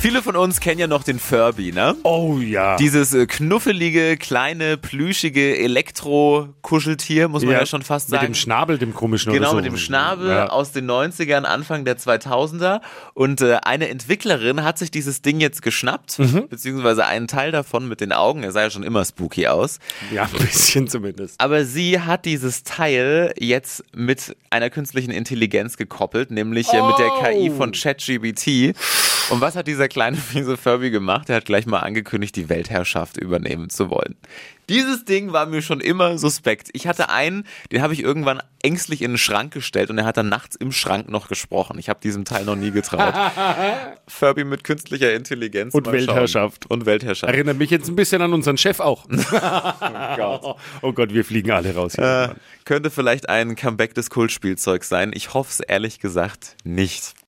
Viele von uns kennen ja noch den Furby, ne? Oh ja. Dieses äh, knuffelige, kleine, plüschige Elektro-Kuscheltier, muss man ja, schon fast Mit sagen. dem Schnabel, dem komischen oder Genau, so. mit dem Schnabel Ja. aus den 90ern, Anfang der 2000er. Und äh, eine Entwicklerin hat sich dieses Ding jetzt geschnappt, Mhm. beziehungsweise einen Teil davon mit den Augen. Er sah ja schon immer spooky aus. Ja, ein bisschen zumindest. Aber sie hat dieses Teil jetzt mit einer künstlichen Intelligenz gekoppelt, nämlich äh, mit der KI Oh. von ChatGBT. Und was hat dieser kleine fiese Furby gemacht? Er hat gleich mal angekündigt, die Weltherrschaft übernehmen zu wollen. Dieses Ding war mir schon immer suspekt. Ich hatte einen, den habe ich irgendwann ängstlich in den Schrank gestellt und er hat dann nachts im Schrank noch gesprochen. Ich habe diesem Teil noch nie getraut. Furby mit künstlicher Intelligenz Und mal schauen. Weltherrschaft. und Weltherrschaft. Erinnert mich jetzt ein bisschen an unseren Chef auch. oh Gott, wir fliegen alle raus. Hier. Äh, Könnte vielleicht ein Comeback des Kultspielzeugs sein. Ich hoffe es ehrlich gesagt nicht.